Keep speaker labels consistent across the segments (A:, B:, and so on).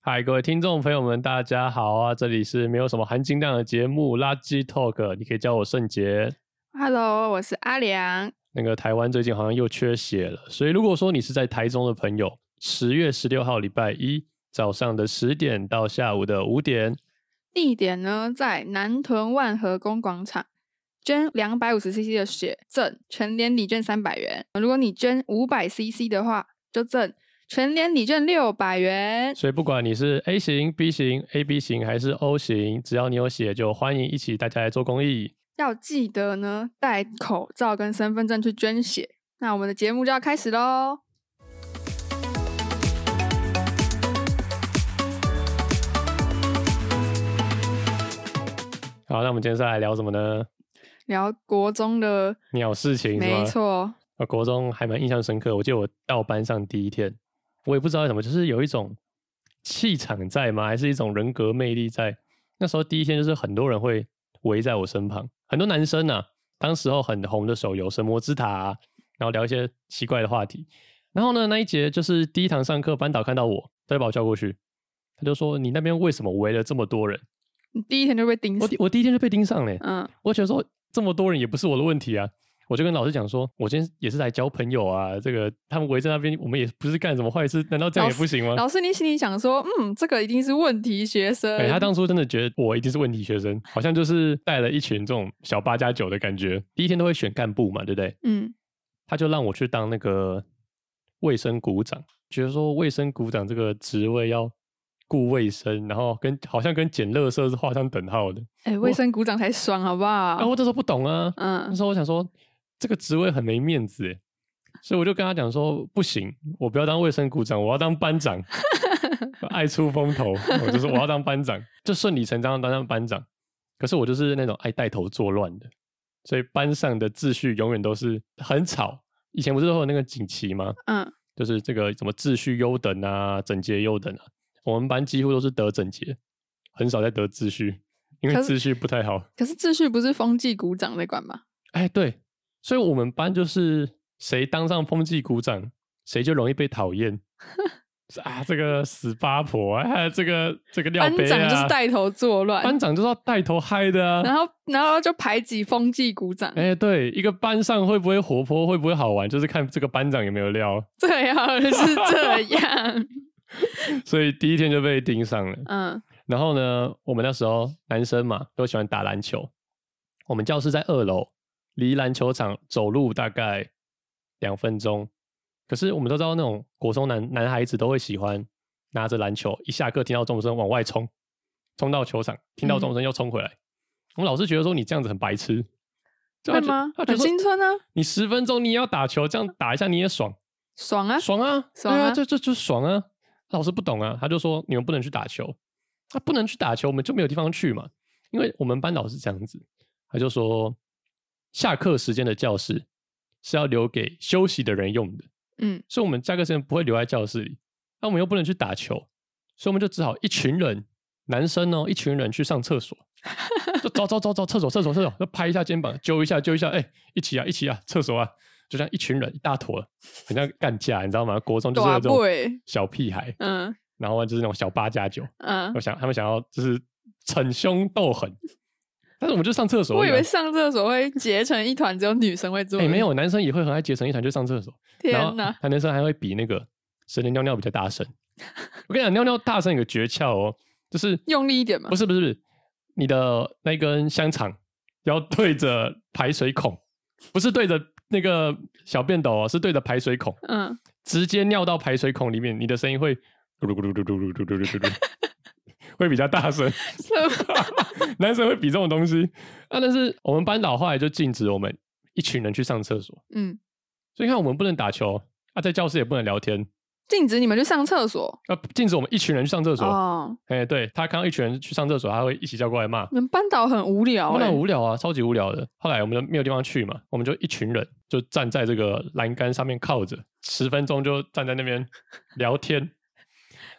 A: 嗨，各位听众朋友们，大家好啊！这里是没有什么含金量的节目《垃圾 Talk》，你可以叫我圣杰。
B: Hello，我是阿良。
A: 那个台湾最近好像又缺血了，所以如果说你是在台中的朋友，十月十六号礼拜一早上的十点到下午的五点，
B: 地点呢在南屯万和宫广场，捐两百五十 CC 的血赠全年礼券三百元。如果你捐五百 CC 的话，就赠全年礼券六百元。
A: 所以不管你是 A 型、B 型、AB 型还是 O 型，只要你有血，就欢迎一起大家来做公益。
B: 要记得呢戴口罩跟身份证去捐血。那我们的节目就要开始喽。
A: 好，那我们今天是来聊什么呢？
B: 聊国中的，
A: 鸟事情是吗？
B: 没错，
A: 我呃国中还蛮印象深刻。我记得我到班上第一天，我也不知道为什么，就是有一种气场在吗？还是一种人格魅力在？那时候第一天就是很多人会围在我身旁，很多男生呐、当时候很红的手游《神魔之塔、啊》，然后聊一些奇怪的话题。然后呢，那一节就是第一堂上课，班导看到我，他就把我叫过去，他就说：“你那边为什么围了这么多人
B: 你第一天就被？”盯
A: 我
B: 死
A: 第。我第一天就被盯上了欸、
B: 嗯，
A: 我觉得说这么多人也不是我的问题啊，我就跟老师讲说，我今天也是来交朋友啊，这个他们围在那边，我们也不是干什么坏事，难道这样也不行吗？
B: 老师，你心里想说，嗯，这个一定是问题学生。
A: 啊哎、他当初真的觉得我一定是问题学生，好像就是带了一群这种小八加九的感觉。第一天都会选干部嘛，对不对？
B: 嗯，
A: 他就让我去当那个卫生股长，觉得说卫生股长这个职位要顾卫生，然后跟好像跟捡垃圾是画上等号的。
B: 哎、卫生鼓掌才爽，好不好？
A: 啊，我那时候不懂啊，那
B: 嗯，
A: 时候我想说，这个职位很没面子 耶，所以我就跟他讲说，不行，我不要当卫生股长，我要当班 长，爱出风头，我就说我要当班长，就顺理成章地当上班长。可是我就是那种爱带头作乱的，所以班上的秩序永远都是很吵。以前不是会有那个锦旗吗？
B: 嗯，
A: 就是这个什么秩序优等啊，整洁优等啊，我们班几乎都是得整洁，很少在得秩序，因为
B: 可是
A: 秩序不太好。
B: 可是秩序不是风纪鼓掌在管吗？
A: 哎，对，所以我们班就是谁当上风纪股长，谁就容易被讨 厌。是啊，这个死八婆啊， 这个这个廖
B: 班
A: 杯啊，
B: 长就是带头作乱，
A: 班长就是要带头嗨的啊。
B: 然后然后就排挤风纪鼓掌，
A: 哎，对，一个班上会不会活泼，会不会好玩，就是看这个班长有没有料。
B: 最好是 这样。
A: 所以第一天就被盯上了。
B: 嗯
A: 然后呢，我们那时候男生嘛都喜欢打篮球，我们教室在二楼，离篮球场走路大概两分钟。可是我们都知道，那种国中男男孩子都会喜欢拿着篮球，一下课听到钟声往外冲，冲到球场，听到
B: 嗯
A: 钟声又冲回来。我们老师觉得说你这样子很白痴，就他
B: 会
A: 觉
B: 吗
A: 他觉得
B: 很
A: 说
B: 青春啊，
A: 你十分钟你也要打球，这样打一下你也爽。
B: 爽啊！
A: 爽啊，
B: 爽
A: 对啊，
B: 啊
A: 这这就爽啊。老师不懂啊，他就说你们不能去打球，他、不能去打球，我们就没有地方去嘛。因为我们班导是这样子，他就说下课时间的教室是要留给休息的人用的，
B: 嗯，
A: 所以我们下课时间不会留在教室里。那我们又不能去打球，所以我们就只好一群人，男生哦，一群人去上厕所，就走走走走厕所厕所厕所，就拍一下肩膀，揪一下揪一下，哎、一起啊一起啊厕所啊，就这样一群人一大坨，很像干架，你知道吗？国中就是有这
B: 大
A: 种
B: 辈
A: 小屁孩，
B: 嗯
A: 然后就是那种小八加九，
B: 嗯
A: 我，想他们想要就是逞凶斗狠，但是我们就上厕所而
B: 我
A: 已
B: 以
A: 啊，
B: 为上厕所会结成一团，只有女生会做。
A: 哎、没，有，男生也会很爱结成一团去上厕所。然
B: 天
A: 后
B: 哪！
A: 他男生还会比那个神的尿尿比较 大声。我跟你讲，尿尿大声有个诀窍哦，就是
B: 用力一点嘛
A: 不是不是不是，你的那根香肠要对着排水孔，不是对着那个小便斗哦，是对着排水孔，
B: 嗯，
A: 直接尿到排水孔里面，你的声音会咕噜咕噜咕噜咕噜咕噜咕噜咕 噜，会比较大声。
B: 是吧
A: 男生会比这种东西啊，但是我们班导后来就禁止我们一群人去上厕所，
B: 嗯，
A: 所以你看我们不能打球啊，在教室也不能聊天。
B: 禁止你们去上厕所
A: 呃，禁止我们一群人去上厕所。哎、
B: 哦。
A: 对他看到一群人去上厕所，他会一起叫过来骂，
B: 你们班导很无聊、欸，
A: 那很无聊啊，超级无聊的。后来我们都没有地方去嘛，我们就一群人就站在这个栏杆上面靠着，十分钟就站在那边聊天。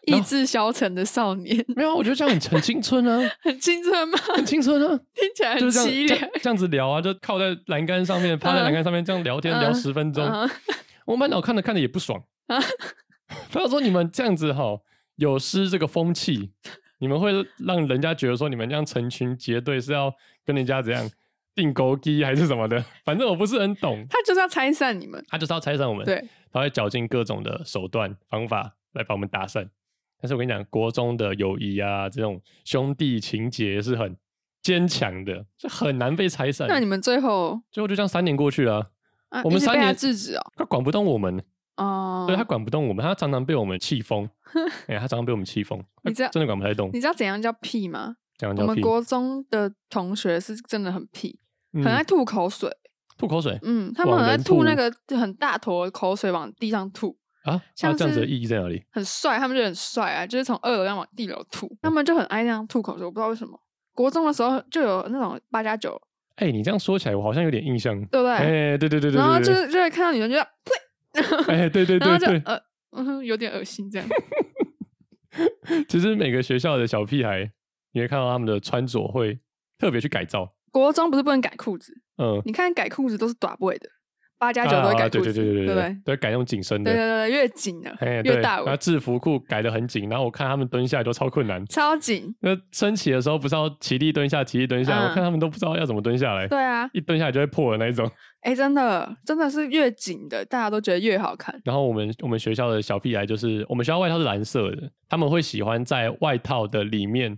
B: 意志消沉的少年，
A: 没有啊，我觉得这样很很青春啊，
B: 很青春吗？
A: 很青春啊，
B: 听起来 很
A: 就是这样
B: 凄
A: 这样
B: 凉。
A: 这样子聊啊，就靠在栏杆上面，趴在栏杆上面这样聊天、聊
B: 嗯
A: 十分钟。
B: 嗯
A: 我们班导看着看着也不爽，
B: 啊
A: 他就说你们这样子哈，有失这个风气，你们会让人家觉得说你们这样成群结队是要跟人家怎样定勾机还是什么的？反正我不是很懂，
B: 他就是要拆散你们。
A: 他就是要拆散我们，
B: 对，
A: 他会绞尽各种的手段方法来把我们打散。但是我跟你讲，国中的友谊啊，这种兄弟情结是很坚强的，就很难被拆散。
B: 那你们最后
A: 最后就这样三年过去了啊、
B: 啊，
A: 我们
B: 一直被
A: 三
B: 他
A: 年
B: 制止哦。
A: 他管不动我们，
B: 哦，
A: 对他管不动我们，他常常被我们气疯， 哎、他常常被我们气疯，
B: 你知道
A: 他真的管不太动
B: 你，知道怎样叫屁吗？
A: 这样
B: 我
A: 叫
B: 们
A: 屁，
B: 国中的同学是真的很屁，
A: 嗯
B: 很爱吐口水。
A: 吐口水
B: 嗯，他们
A: 往
B: 很爱
A: 人
B: 吐那
A: 吐
B: 个很大坨的口水往地上吐，
A: 啊，啊
B: 像
A: 这样子的
B: 是
A: 意义在哪里？
B: 很帅，他们就很帅啊，就是从二楼要往地楼吐，他们就很爱那样吐口水，我不知道为什么。国中的时候就有那种八加九，
A: 哎、你这样说起来，我好像有点印象。
B: 对不对？
A: 哎、对对对对
B: 然后
A: 对
B: 就
A: 对，
B: 是就会看到女生就这样呸，
A: 哎、对对
B: 然后
A: 对
B: 就
A: 对，
B: 呃，嗯哼，有点恶心这样。
A: 其实每个学校的小屁孩，你会看到他们的穿着会特别去改造，
B: 国中不是不能改裤子？
A: 嗯，
B: 你看改裤子都是短不的，八加九都会
A: 啊
B: 改
A: 对
B: 裤
A: 对
B: 子，
A: 对对
B: 不
A: 对，都会改那种紧身
B: 对对
A: 的，
B: 对，越紧了
A: 哎、对，
B: 越大
A: 然后
B: 围，
A: 制服裤改的很紧，然后我看他们蹲下来都超困难。
B: 超紧。
A: 那升旗的时候不是要起立蹲下，起立蹲下，
B: 嗯
A: 我看他们都不知道要怎么蹲下来，
B: 对啊，
A: 一蹲下来就会破的那一种。
B: 哎，真的真的是越紧的，大家都觉得越好看。
A: 然后我们我们学校的小屁孩就是，我们学校外套是蓝色的，他们会喜欢在外套的里面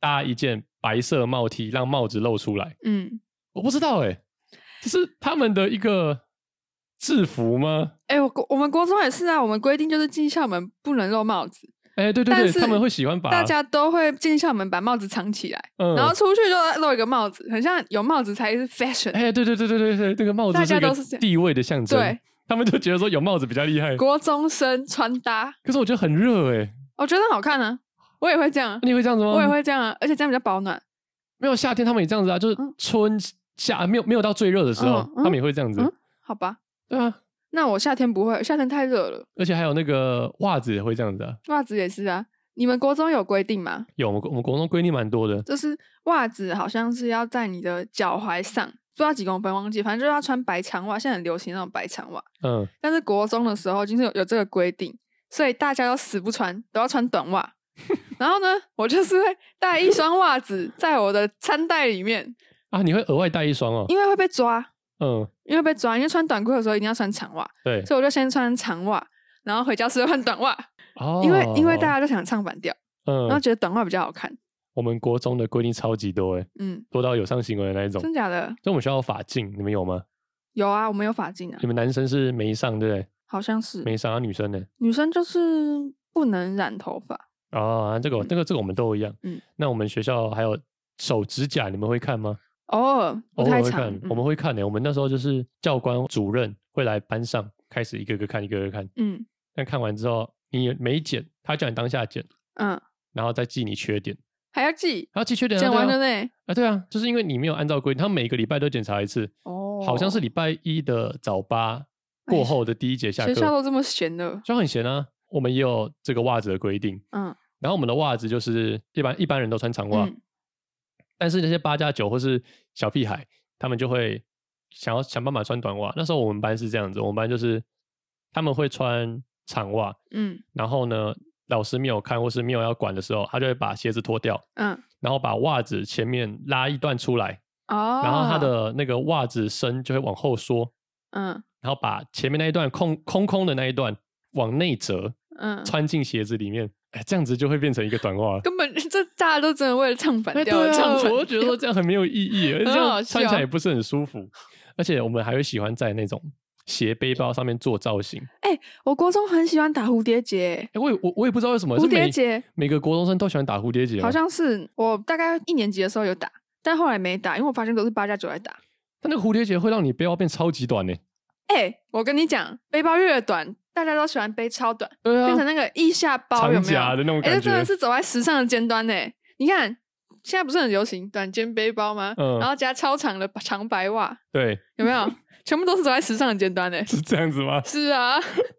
A: 搭一件白色帽 T，让帽子露出来。
B: 嗯，
A: 我不知道哎、这是他们的一个制服吗？
B: 哎，我国我们国中也是啊，我们规定就是进校门不能露帽子，
A: 哎、对对
B: 但
A: 对，
B: 是
A: 他们会喜欢把
B: 大家都会进校门把帽子藏起来，
A: 嗯，
B: 然后出去就露一个帽子，很像有帽子才是 fashion。
A: 哎、对对对对对对，那个帽
B: 大
A: 子是
B: 家
A: 一个
B: 都是这样
A: 地位的象征，
B: 对，
A: 他们就觉得说有帽子比较厉害。
B: 国中生穿搭，
A: 可是我觉得很热哎、
B: 我觉得好看啊，我也会这样啊，
A: 你会这样子吗？
B: 我也会这样啊，而且这样比较保暖。
A: 没有夏天他们也这样子啊，就是
B: 嗯
A: 春夏没有没有到最热的时候，
B: 嗯嗯
A: 他们也会这样子。
B: 嗯好吧，
A: 对啊，
B: 那我夏天不会，夏天太热了，
A: 而且还有那个袜子也会这样子啊。
B: 袜子也是啊。你们国中有规定吗？
A: 有我们国我们国中规定蛮多的，
B: 就是袜子好像是要在你的脚踝上，不知道几公分忘记，反正就是要穿白长袜，现在很流行那种白长袜。
A: 嗯，
B: 但是国中的时候就是有有这个规定，所以大家都死不穿，都要穿短袜。然后呢，我就是会带一双袜子在我的餐袋里面，
A: 啊，你会额外带一双哦，
B: 因为会被抓，
A: 嗯，
B: 因为被抓，因为穿短裤的时候一定要穿长袜，
A: 对，
B: 所以我就先穿长袜，然后回家时换短袜，
A: 哦，
B: 因为因为大家都想唱反调，然后
A: 嗯，
B: 觉得短袜比较好看。
A: 我们国中的规定超级多哎，
B: 嗯，
A: 多到有上新闻的那一种。
B: 真假的
A: 就我们学校有法禁，你们有吗？
B: 有啊，我们有发镜啊
A: 你，们男生是没上对不对？
B: 好像是
A: 没上，啊女生呢？
B: 女生就是不能染头发，
A: 哦，啊这个我
B: 嗯
A: 这个这个我们都一样。
B: 嗯，
A: 那我们学校还有手指甲，你们会看吗？
B: 偶尔不
A: 偶
B: 太
A: 尔会
B: 长
A: 看，。
B: 嗯
A: 我们会看的、我们那时候就是教官、主任会来班上，开始一个个看，一个个看。
B: 嗯
A: 但看完之后，你没剪，他叫你当下剪，
B: 嗯，
A: 然后再记你缺点，
B: 还要记
A: 然后记缺点啊。
B: 剪完
A: 对
B: 了
A: 啊
B: 呢。
A: 啊，对啊，就是因为你没有按照规定，他每个礼拜都检查一次，
B: 哦哎
A: 好像是礼拜一的早八过后的第一节下课。
B: 学校都这么闲的。
A: 就很闲啊。我们也有这个袜子的规定，
B: 嗯
A: 然后我们的袜子就是一般一般人都穿长袜，
B: 嗯
A: 但是那些八加九或是小屁孩，他们就会想要想办法穿短袜。那时候我们班是这样子，我们班就是他们会穿长袜，
B: 嗯
A: 然后呢，老师没有看或是没有要管的时候，他就会把鞋子脱掉，
B: 嗯
A: 然后把袜子前面拉一段出来，
B: 哦，
A: 然后他的那个袜子身就会往后缩，
B: 嗯
A: 然后把前面那一段空空空的那一段往内折，
B: 嗯，
A: 穿进鞋子里面，哎，这样子就会变成一个短 袜了。
B: 根本这大家都真的为了唱反
A: 哎，对
B: 调而
A: 啊，
B: 唱反
A: 我就觉得
B: 调
A: 说这样很没有意 义，而且
B: 很
A: 这
B: 好
A: 样穿起
B: 笑
A: 来也不是很舒服。而且我们还会喜欢在那种斜背包上面做造型。
B: 我国中很喜欢打蝴蝶结，
A: 哎，我也我我也不知道为什么，
B: 蝴
A: 是
B: 蝶
A: 每
B: 结
A: 每个国中生都喜欢打蝴蝶结吗，哦
B: 好像是我大概一年级的时候有打，但后来没打，因为我发现都是八加九来打。
A: 但那个蝴蝶结会让你背包变超级短呢。
B: 哎，我跟你讲，背包越短，大家都喜欢背超短，
A: 对
B: 变成
A: 啊，
B: 那个腋下包，有
A: 长
B: 没有？
A: 夹的那种
B: 哎，这
A: 感
B: 真的
A: 觉。
B: 是走在时尚的尖端呢。你看，现在不是很流行短肩背包吗？
A: 嗯
B: 然后加超长的长白袜，
A: 对，
B: 有没有？ 全部都是走在时尚的尖端呢。
A: 是这样子吗？
B: 是啊，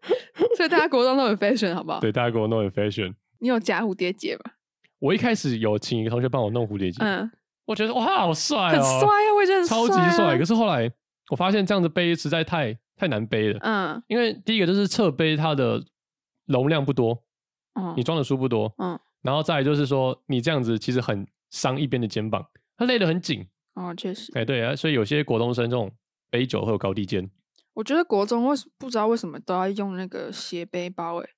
B: 所以大家国中都很 fashion，好不好？
A: 对，大家给我弄点 fashion。
B: 你有夹蝴蝶结吧？
A: 我一开始有请一个同学帮我弄蝴蝶结，
B: 嗯，
A: 我觉得哇，好帅
B: 很
A: 哦，
B: 帅啊，我也觉得很
A: 哎超级
B: 帅
A: 帅。
B: 啊
A: 可。是后来我发现这样子背实在太太难背了，
B: 嗯
A: 因为第一个就是侧背它的容量不多，
B: 哦
A: 你，装的书不多，
B: 嗯，
A: 然后再来就是说你这样子其实很伤一边的肩膀，它勒得很紧，
B: 哦，确实，
A: 哎，对啊，所以有些国中生这种杯酒会有高低肩，
B: 我觉得国中为什不知道为什么都要用那个斜背包、欸，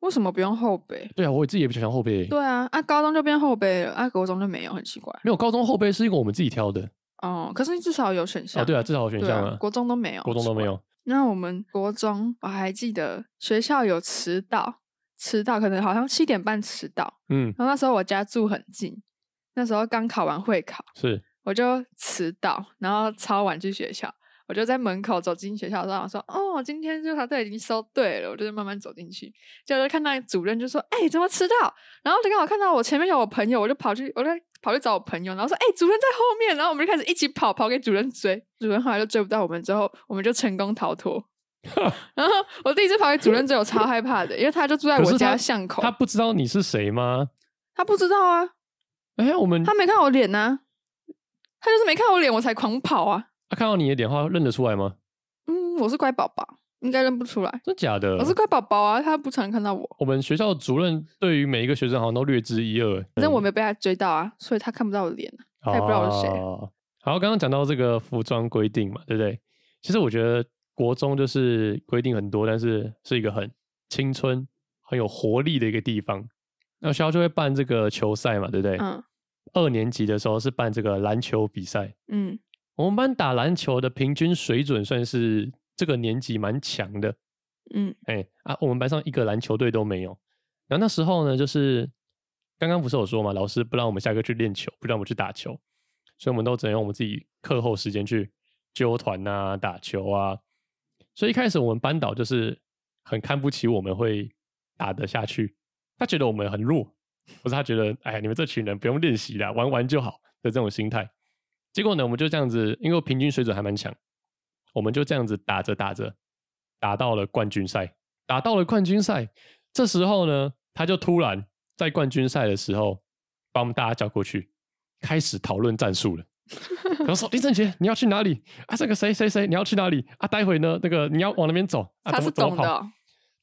B: 为什么不用后背？
A: 对啊，我自己也比较想后背，
B: 对啊，啊，高中就变后背了，啊，国中就没有，很奇怪。
A: 没有高中后背是一个我们自己挑的，
B: 哦，可是至少有选项。
A: 哦，对啊，至少有选
B: 对
A: 项
B: 啊
A: 啊，
B: 国中都没有
A: 国中
B: 奇
A: 都没
B: 怪
A: 有，
B: 那我们国中我还记得学校有迟到，迟到可能好像七点半迟到，
A: 嗯，
B: 然后那时候我家住很近，那时候刚考完会考，
A: 是
B: 我就迟到，然后超晚去学校。我就在门口走进学校的时候，我说：“哦，今天这条队已经收队了。”我就是慢慢走进去，结果就看到主任就说：“哎、怎么迟到？”然后就刚好看到我前面有我朋友，我就跑去，我就跑去找我朋友，然后说：“哎、主任在后面。”然后我们就开始一起跑，跑给主任追。主任后来就追不到我们，之后我们就成功逃 脱。然后我第一次跑给主任追，我超害怕的，因为他就住在
A: 可
B: 我
A: 是
B: 家
A: 他
B: 巷口，
A: 他不知道你是谁吗？
B: 他不知道啊，
A: 哎，我们
B: 他没看我脸呐、他就是没看我脸，我才狂跑啊。
A: 他看到你的脸的话认得出来吗？
B: 嗯，我是乖宝宝，应该认不出来。
A: 真假的？
B: 我是乖宝宝啊，他不常看到我，
A: 我们学校主任对于每一个学生好像都略知一二，
B: 反正我没有被他追到啊，所以他看不到我的脸啊。
A: 他
B: 也不知道我是谁
A: 哦好，刚刚讲到这个服装规定嘛，对不对？其实我觉得国中就是规定很多，但是是一个很青春、很有活力的一个地方。那学校就会办这个球赛嘛，对不对？
B: 嗯
A: 二年级的时候是办这个篮球比赛，
B: 嗯，
A: 我们班打篮球的平均水准算是这个年级蛮强的。
B: 嗯，
A: 哎、啊，我们班上一个篮球队都没有。然后那时候呢，就是刚刚不是有说嘛，老师不让我们下课去练球，不让我们去打球，所以我们都只能用我们自己课后时间去纠团啊、打球啊。所以一开始我们班导就是很看不起我们会打得下去，他觉得我们很弱，或是他觉得哎，你们这群人不用练习啦，玩玩就好的这种心态。结果呢，我们就这样子，因为平均水准还蛮强，我们就这样子打着打着，打到了冠军赛，打到了冠军赛。这时候呢，他就突然在冠军赛的时候把我们大家叫过去，开始讨论战术了。然后说：“林正杰，你要去哪里啊？这个谁谁谁，你要去哪里啊？待会呢，那个你要往那边走啊？
B: 他
A: 怎么
B: 是
A: 怎么
B: 懂的
A: 跑
B: 哦、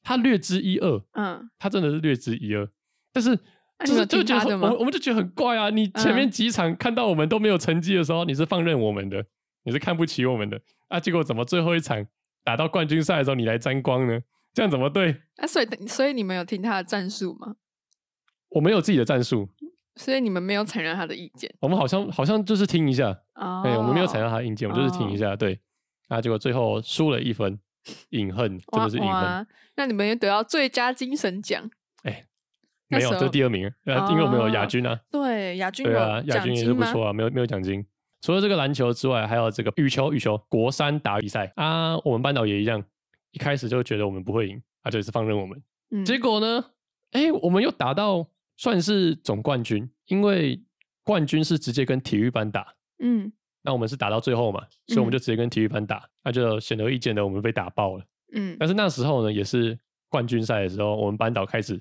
A: 他略知一二，
B: 嗯，
A: 他真的是略知一二。但是
B: 那啊你
A: 就
B: 有
A: 是就
B: 听
A: 觉得
B: 他的
A: 很
B: 吗嗯
A: 我我们就觉得很怪啊！你前面几场看到我们都没有成绩的时候，你是放任我们的，你是看不起我们的啊！结果怎么最后一场打到冠军赛的时候你来沾光呢？这样怎么对？
B: 啊，所以所以你们有听他的战术吗？
A: 我们有自己的战术，
B: 所以你们没有采纳他的意见
A: 我们好像好像就是听一下，
B: 哦
A: 哎、我们没有采纳他的意见，我们就是听一
B: 哦
A: 下，对啊！结果最后输了一分， 隐恨，真
B: 哇
A: 的是隐恨，
B: 哦哇，那你们也得到最佳精神奖。那
A: 没有，
B: 时
A: 这是
B: 候
A: 第二名，呃，因为我们有亚
B: 哦
A: 军啊，
B: 对，亚军
A: 对啊
B: 有，
A: 亚
B: 奖
A: 军也是
B: 金
A: 不
B: 吗？
A: 错啊，没有没有奖金。除了这个篮球之外，还有这个羽球，羽球国三打比赛啊，我们班导也一样，一开始就觉得我们不会赢，啊，就是放任我们。
B: 嗯，
A: 结果呢，哎、我们又打到算是总冠军，因为冠军是直接跟体育班打，
B: 嗯
A: 那我们是打到最后嘛，所以我们
B: 嗯
A: 就直接跟体育班打，那、就显而易见的我们被打爆了。
B: 嗯，
A: 但是那时候呢，也是冠军赛的时候，我们班导开始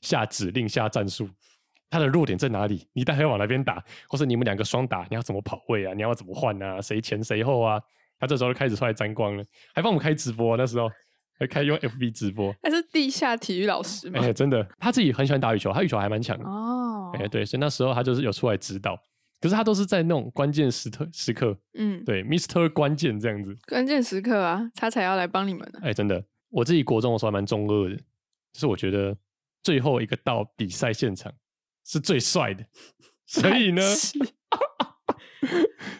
A: 下指令、下战术。他的弱点在哪里？你待会往哪边打，或是你们两个双打，你要怎么跑位啊？你要怎么换啊？谁前谁后啊？他这时候就开始出来沾光了，还帮我们开直播、那时候还开用 FB 直播。
B: 他是地下体育老师嘛
A: 哎、？真的，他自己很喜欢打羽球，他羽球还蛮强的。
B: 哦
A: 哎、，对，所以那时候他就是有出来指导，可是他都是在那种关键时刻时刻，
B: 嗯，
A: 对，Mr. 关键这样子。
B: 关键时刻啊，他才要来帮你们呢。
A: 哎、真的，我自己国中的时候还蛮中二的，就是我觉得最后一个到比赛现场是最帅的， 所以 呢，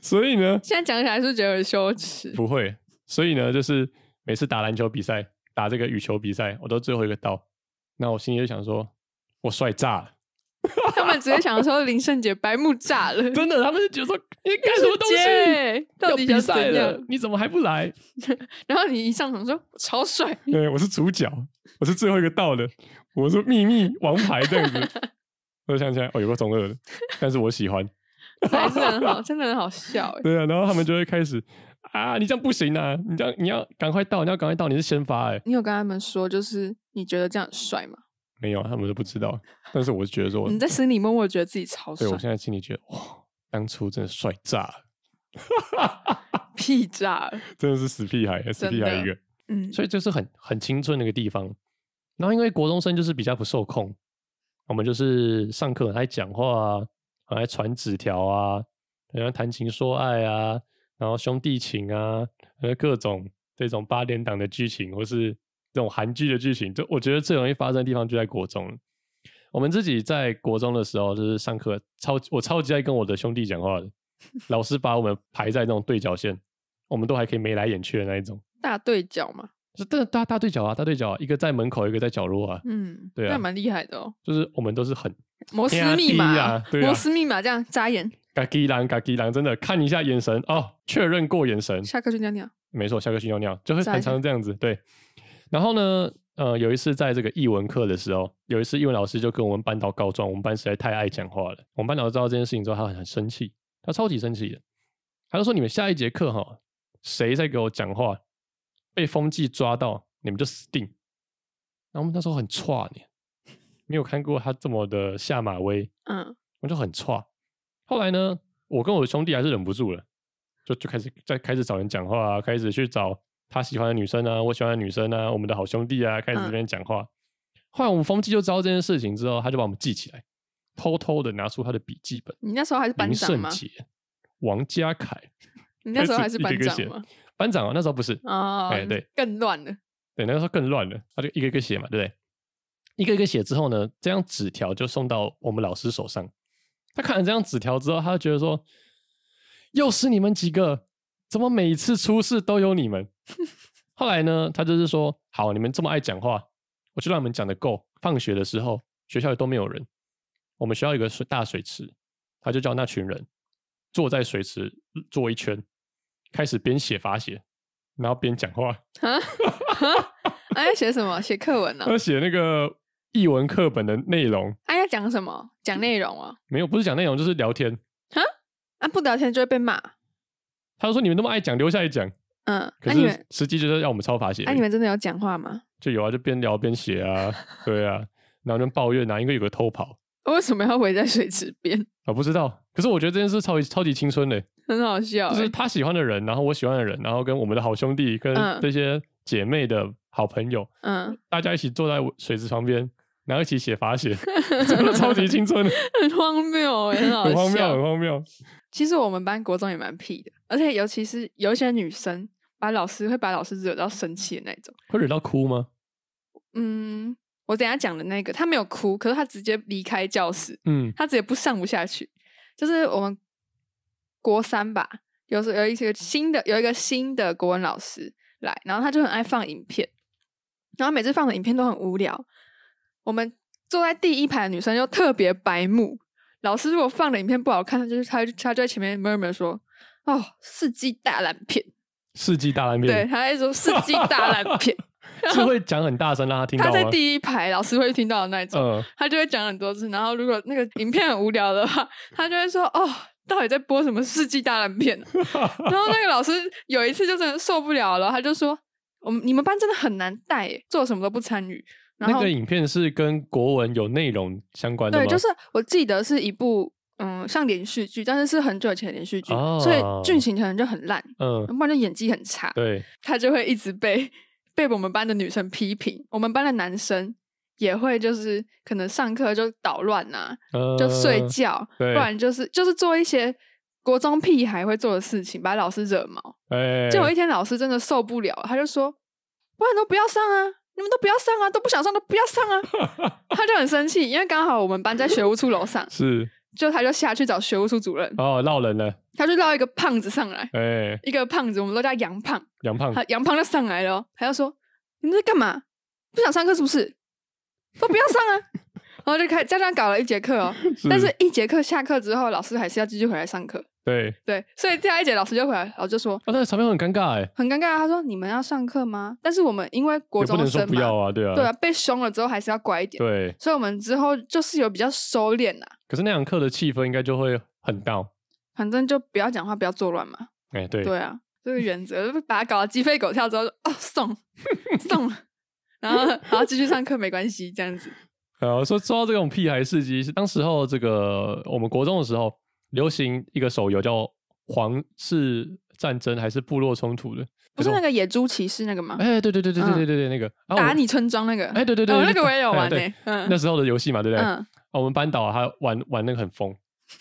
A: 所以呢
B: 现在讲起来是不是觉得很羞耻？
A: 不会，所以呢就是每次打篮球比赛、打这个羽球比赛，我都最后一个到，那我心里就想说，我帅炸了，
B: 他们直接想说林圣杰白目 炸了，
A: 真的，他们就觉得说你干什么东西？
B: 杰
A: 要
B: 到底
A: 比
B: 想
A: 赛
B: 怎
A: 了
B: 样？，
A: 你怎么还不 来？
B: 然后你一上场说我超帅，
A: 对，我是主角，我是最后一个到的，我是秘密王牌这 样子。我就想起来，哦，有个中二的，但是我喜欢。
B: 还是很 好，真的很好笑 哎。
A: 对啊，然后他们就会开始啊，你这样不行啊，你这样你要赶快到，你要赶快到，你是先发哎、
B: 你有跟他们说，就是你觉得这样很帅吗？
A: 没有，他们都不知道。但是我是觉得说，
B: 你在心里默默觉得自己超帅
A: 对我，现在心里觉得，哇、当初真的帅炸了，
B: 屁炸了。
A: 真的是死屁孩，死
B: 真
A: 屁孩一
B: 的
A: 个。
B: 嗯，
A: 所以就是很很青春的一个地方。然后因为国中生就是比较不受控，我们就是上课很爱讲话啊，很爱传纸条啊，然后谈情说爱啊，然后兄弟情啊，呃，各种这种八点档的剧情或是这种韩剧的剧情，就我觉得最容易发生的地方就在国中了。我们自己在国中的时候，就是上课超我超级爱跟我的兄弟讲话的，老师把我们排在那种对角线，我们都还可以眉来眼去的那一种。
B: 大对角嘛，
A: 是大大大对角啊，大对角、啊，一个在门口，一个在角落啊，
B: 嗯，
A: 对啊
B: 那蛮厉害的哦。
A: 就是我们都是很
B: 摩斯
A: 天啊
B: 密
A: 地
B: 码，
A: 啊对啊
B: 摩斯密码这样眨眼，
A: 嘎叽狼嘎叽狼，真的看一下眼神哦，确认过眼神，
B: 下课就尿尿。
A: 没错，下课去尿尿，就会
B: 再来
A: 很
B: 一下
A: 常这样子。对，然后呢，呃，有一次在这个译文课的时候，有一次译文老师就跟我们班导告状，我们班实在太爱讲话了。我们班导知道这件事情之后，他很很生气，他超级生气的，他就说：“你们下一节课哈，谁再给我讲话，被风纪抓到，你们就死定。”然后我们那时候很差呢，没有看过他这么的下马威，
B: 嗯，
A: 我就很差。后来呢，我跟我的兄弟还是忍不住了，就就开始在开始找人讲话啊，开始去找他喜欢的女生啊，我喜欢的女生啊，我们的好兄弟啊，开始
B: 嗯
A: 这边讲话。后来我们风纪就知道这件事情之后，他就把我们记起来，偷偷的拿出他的笔记本，
B: 你那时候还是班
A: 林
B: 长
A: 圣
B: 吗？
A: 杰、王家凯，
B: 你那时候还是
A: 开始
B: 班
A: 一个一个
B: 长
A: 写
B: 吗？
A: 班长啊，那时候不是，
B: 哦，
A: 哎对，
B: 更乱了。
A: 对，那个时候更乱了，他就一个一个写嘛，对不对？一个一个写之后呢，这张纸条就送到我们老师手上。他看了这张纸条之后，他就觉得说：“又是你们几个，怎么每次出事都有你们？” 后来呢，他就是说：“好，你们这么爱讲话，我就让你们讲的够。放学的时候，学校里都没有人，我们学校有个水大水池，他就叫那群人坐在水池坐一圈，开始边写罚写，然后边讲话。”
B: 哎，要写什么？写课文呢？
A: 他写那个译文课本的内容，
B: 哎，要讲什么？讲内容哦。
A: 没有不是讲内容，就是聊天。
B: 啊，不聊天就会被骂。
A: 他就说你们那么爱讲，留下来讲。
B: 嗯，
A: 可
B: 那你
A: 是
B: 们，
A: 实际就是要我们抄法写
B: 那
A: 而
B: 你
A: 已，
B: 们真的有讲话吗？
A: 就有啊，就边聊边写啊，对啊，然后就抱怨啊，因为有个偷跑
B: 为什么要围在水池边？
A: 我不知道。可是我觉得这件事超级超级青春的，
B: 很好笑
A: 就
B: 欸。
A: 是他喜欢的人，然后我喜欢的人，然后跟我们的好兄弟、跟
B: 嗯
A: 这些姐妹的好朋友，
B: 嗯，
A: 大家一起坐在水池旁边，然后一起写法写，真的超级青春的，
B: 很荒谬哎，很
A: 很荒
B: 好
A: 谬，哦
B: 笑
A: 很。荒谬。
B: 其实我们班国中也蛮屁的，而且尤其是有一些女生，把老师会把老师惹到生气的那种。
A: 会惹到哭吗？
B: 嗯，我等一下讲的那个，她没有哭，可是她直接离开教室，
A: 嗯
B: 她直接不上不下去。就是我们国三吧，有时候有一些新的有一个新的国文老师来，然后他就很爱放影片，然后每次放的影片都很无聊。我们坐在第一排的女生又特别白目，老师如果放的影片不好看，她就是她她就在前面 murmur 说：“哦，世纪大烂片。”
A: 世纪大烂片，
B: 对，他在说世纪大烂片，
A: 是会讲很大声让他 听到
B: 他
A: 吗？
B: 在第一排，老师会听到的那一种，
A: 嗯，
B: 他就会讲很多次。然后如果那个影片很无聊的话，他就会说：“哦，到底在播什么世纪大烂片、啊？” 然后那个老师有一次就真的受不了了，他就说：“我们你们班真的很难带耶，做什么都不参与。”然
A: 那
B: 后
A: 个影片是跟国文有内容相关的吗？
B: 对，就是我记得是一部嗯像连续剧，但是是很久以前的连续剧，所
A: 哦
B: 以剧情可能就很烂，
A: 嗯，
B: 不然就演技很差。
A: 对，
B: 他就会一直被被我们班的女生批评，我们班的男生也会就是可能上课就捣乱呐、
A: 呃
B: 就睡觉，不
A: 对
B: 然就是就是做一些国中屁孩会做的事情，把老师惹毛。
A: 哎，
B: 就有一天老师真的受不了，他就说：“不然都不要上啊！”你们都不要上啊，都不想上都不要上 啊！他就很生气，因为刚好我们班在学务处楼上，
A: 是
B: 就他就下去找学务处主任，
A: 哦，闹人了，
B: 他就绕一个胖子上来，
A: 哎，
B: 一个胖子，我们都叫杨胖，
A: 杨胖
B: 他杨胖就上来了哦，他就说：“你们在干嘛？不想上课是不是？都不要上啊！” 然后就开家长搞了一节课哦，但是一节课下课之后，老师还是要继续回来上课。
A: 对，
B: 对，所以第二节老师就回来，老师就说
A: 啊，那个场面很尴尬哎，
B: 很尴尬，他啊说：“你们要上课吗？”但是我们因为国
A: 也不
B: 中
A: 能说
B: 生
A: 不
B: 嘛，
A: 要啊，对啊，
B: 对啊，被凶了之后还是要乖一点。
A: 对，
B: 所以我们之后就是有比较收敛啦、
A: 可是那堂课的气氛应该就会很闹，
B: 反正就不要讲话，不要作乱嘛。
A: 哎，对，
B: 对啊，这个原则，把他搞得鸡飞狗跳之后就，哦 送送了，然后然后继续上课没关系，这样子。
A: 呃，说说到这种屁孩事迹，是当时候这个我们国中的时候流行一个手游叫《皇室战争还是部落冲突的，
B: 不
A: 可
B: 是
A: 我
B: 那个野猪骑士那个吗？
A: 哎，对对对对对
B: 嗯
A: 对对对，那个啊
B: 打
A: 我
B: 你村庄那个，
A: 哎，对对对，
B: 哦
A: 对
B: 那个我也有
A: 哎
B: 玩
A: 对
B: 诶，嗯
A: 那时候的游戏嘛，对不对？
B: 嗯
A: 啊我们班导啊，他玩玩那个很疯，